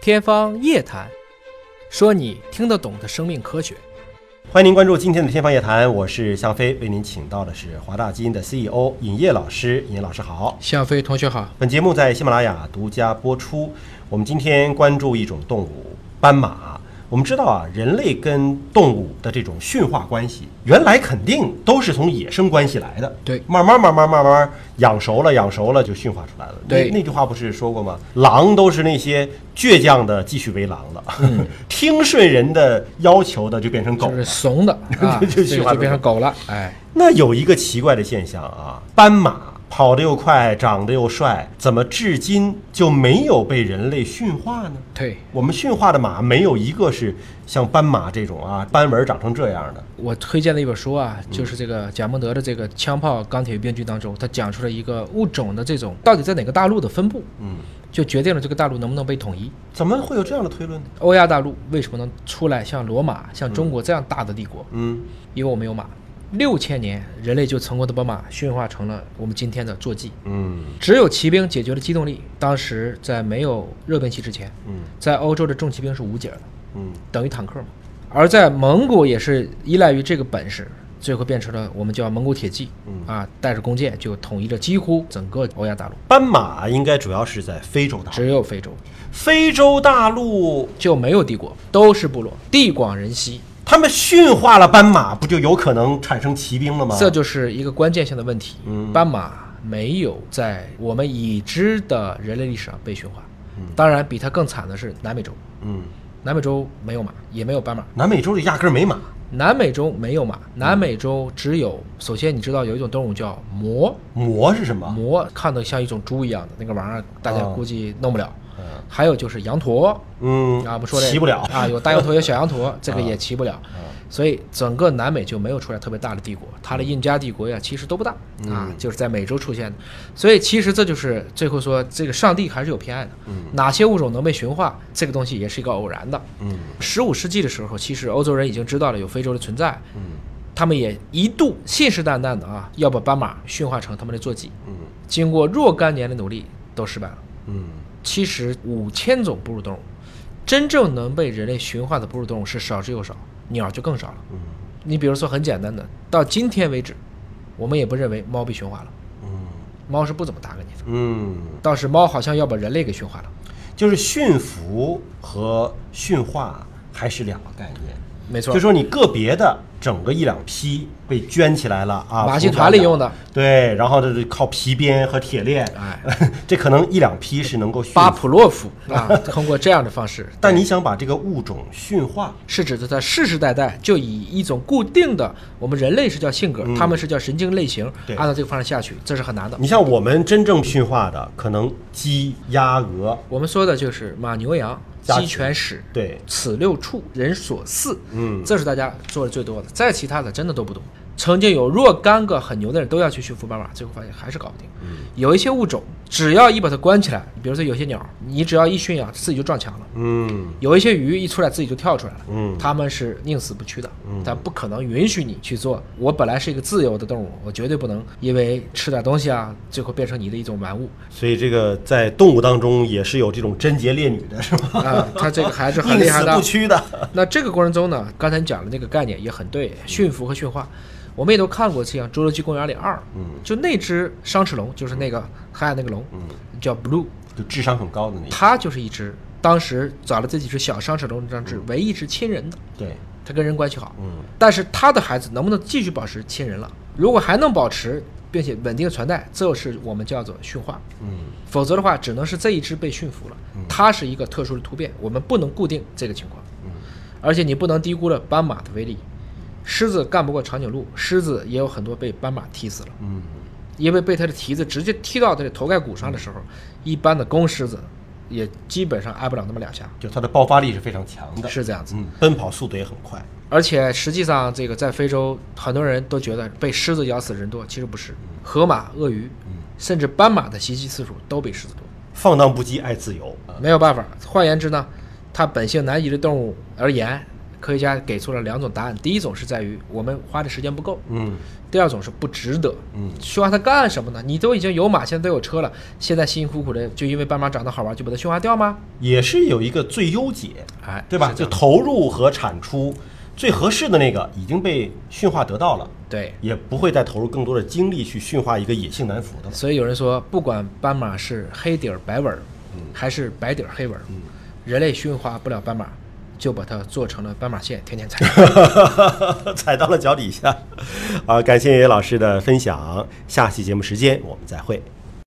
天方夜谭，说你听得懂的生命科学。欢迎您关注今天的《天方夜谭》，我是向飞，为您请到的是华大基因的 CEO 尹烨老师。尹烨老师好，向飞同学好，本节目在喜马拉雅独家播出。我们今天关注一种动物——斑马。我们知道啊，人类跟动物的这种驯化关系，原来肯定都是从野生关系来的。对慢慢慢慢慢慢养熟了，养熟了就驯化出来了。对那那句话不是说过吗？狼都是那些倔强的继续为狼了， 听顺人的要求的就变成狗嗯就了是。怂 的啊，就这就个喜就欢变成狗了。哎，那有一个奇怪的现象啊，斑马跑得又快，长得又帅，怎么至今就没有被人类驯化呢？对我们驯化的马没有一个是像斑马这种啊，斑纹长成这样的。我推荐的一本书啊，就是这个贾蒙德的这个《枪炮、钢铁与病菌》当中，他讲出了一个物种的这种到底在哪个大陆的分布，嗯，就决定了这个大陆能不能被统一。怎么会有这样的推论呢？欧亚大陆为什么能出来像罗马、像中国这样大的帝国？嗯，因为我们有马。六千年，人类就成功的把马驯化成了我们今天的坐骑。嗯只有骑兵解决了机动力。当时在没有热兵器之前，嗯在欧洲的重骑兵是无解儿的，嗯等于坦克嘛。而在蒙古也是依赖于这个本事，最后变成了我们叫蒙古铁骑，嗯啊，带着弓箭就统一了几乎整个欧亚大陆，斑马应该主要是在非洲大陆，只有非洲非洲大陆就没有帝国，都是部落，地广人稀，他们驯化了斑马，不就有可能产生骑兵了吗？这就是一个关键性的问题。嗯斑马没有在我们已知的人类历史上被驯化，当然比它更惨的是南美洲，嗯，南美洲没有马，也没有斑马。南美洲里压根儿没马。南美洲没有马，嗯南美洲只有。首先，你知道有一种动物叫魔，魔是什么？魔看着像一种猪一样的那个玩意儿，大家哦估计弄不了。嗯还有就是羊驼嗯啊，我们说的骑不了啊嗯啊，有大羊驼，有小羊 驼，这个也骑不了。所以整个南美就没有出来特别大的帝国，它嗯的印加帝国呀，其实都不大啊，就是在美洲出现的。所以其实这就是最后说，这个上帝还是有偏爱的。哪些物种能被驯化，这个东西也是一个偶然的。嗯十五世纪的时候，其实欧洲人已经知道了有非洲的存在，他们也一度信誓旦旦的啊，要把斑马驯化成他们的坐骑。嗯经过若干年的努力，都失败了。嗯其实五千种哺乳动物，真正能被人类驯化的哺乳动物是少之又少，鸟就更少了。嗯你比如说很简单的，到今天为止，我们也不认为猫被驯化了，嗯猫是不怎么搭理你的。嗯，倒是猫好像要把人类给驯化了，就是驯服和驯化还是两个概念。没错就。说你个别的整个一两批被圈起来了啊，马戏团里用的，对，然后这是靠皮鞭和铁链，哎，这可能一两批是能够驯巴服。甫洛夫啊，通过这样的方式，但你想把这个物种驯化，是指的它世世代代就以一种固定的，我们人类是叫性格，他们是叫神经类型，嗯对按照这个方向下去，这是很难的。你像我们真正驯化的，可能鸡、鸭、鹅，我们说的就是马牛羊家鸡犬豕，对，此六畜人所饲，嗯这是大家做的最多的，再其他的真的都不多。曾经有若干个很牛的人都要去驯服斑马，最后发现还是搞不定。嗯有一些物种，只要一把它关起来，比如说有些鸟，你只要一驯养，自己就撞墙了。嗯有一些鱼一出来自己就跳出来了，嗯他们是宁死不屈的，但不可能允许你去做。我本来是一个自由的动物，我绝对不能因为吃点东西啊，最后变成你的一种玩物 所以这个在动物当中也是有这种贞洁烈女的，是吧？啊、它这个还是很宁厉害死的不。屈的。那这个过程中呢，刚才你讲的那个概念也很对，驯服和驯化，我们也都看过这样《侏罗纪公园》里二，嗯就那只双齿龙，就是那个黑暗那个龙，嗯叫 Blue，就智商很高的那一它就是一只当时找了这几只小双齿龙当嗯中唯一一只亲人的，对，它跟人关系好，嗯但是它的孩子能不能继续保持亲人了？如果还能保持，并且稳定传代，这就是我们叫做驯化。嗯否则的话，只能是这一只被驯服了。它是一个特殊的突变，我们不能固定这个情况。嗯而且你不能低估了斑马的威力。狮子干不过长颈鹿，狮子也有很多被斑马踢死了，嗯因为被它的蹄子直接踢到它的头盖骨上的时候，一般的公狮子也基本上挨不了那么两下，就它的爆发力是非常强的，是这样子。嗯，奔跑速度也很快。而且实际上，这个在非洲，很多人都觉得被狮子咬死的人多，其实不是。河马、鳄鱼，甚至斑马的袭击次数都比狮子多。放嗯荡不羁，爱自由。没有办法。换言之呢，它本性难移的动物而言，科学家给出了两种答案，第一种是在于我们花的时间不够，嗯第二种是不值得。嗯，驯化它干什么呢？你都已经有马，现在都有车了，现在辛辛苦苦的就因为斑马长得好玩就把它驯化掉吗？也是有一个最优解，哎，对吧？是这就样投入和产出最合适的那个已经被驯化得到了，对。也不会再投入更多的精力去驯化一个野性难服的了。所以有人说，不管斑马是黑底儿白纹儿，还是白底儿黑纹儿，人类驯化不了斑马，就把它做成了斑马线，天天踩。 踩到了脚底下。啊，感谢叶老师的分享，下期节目时间我们再会。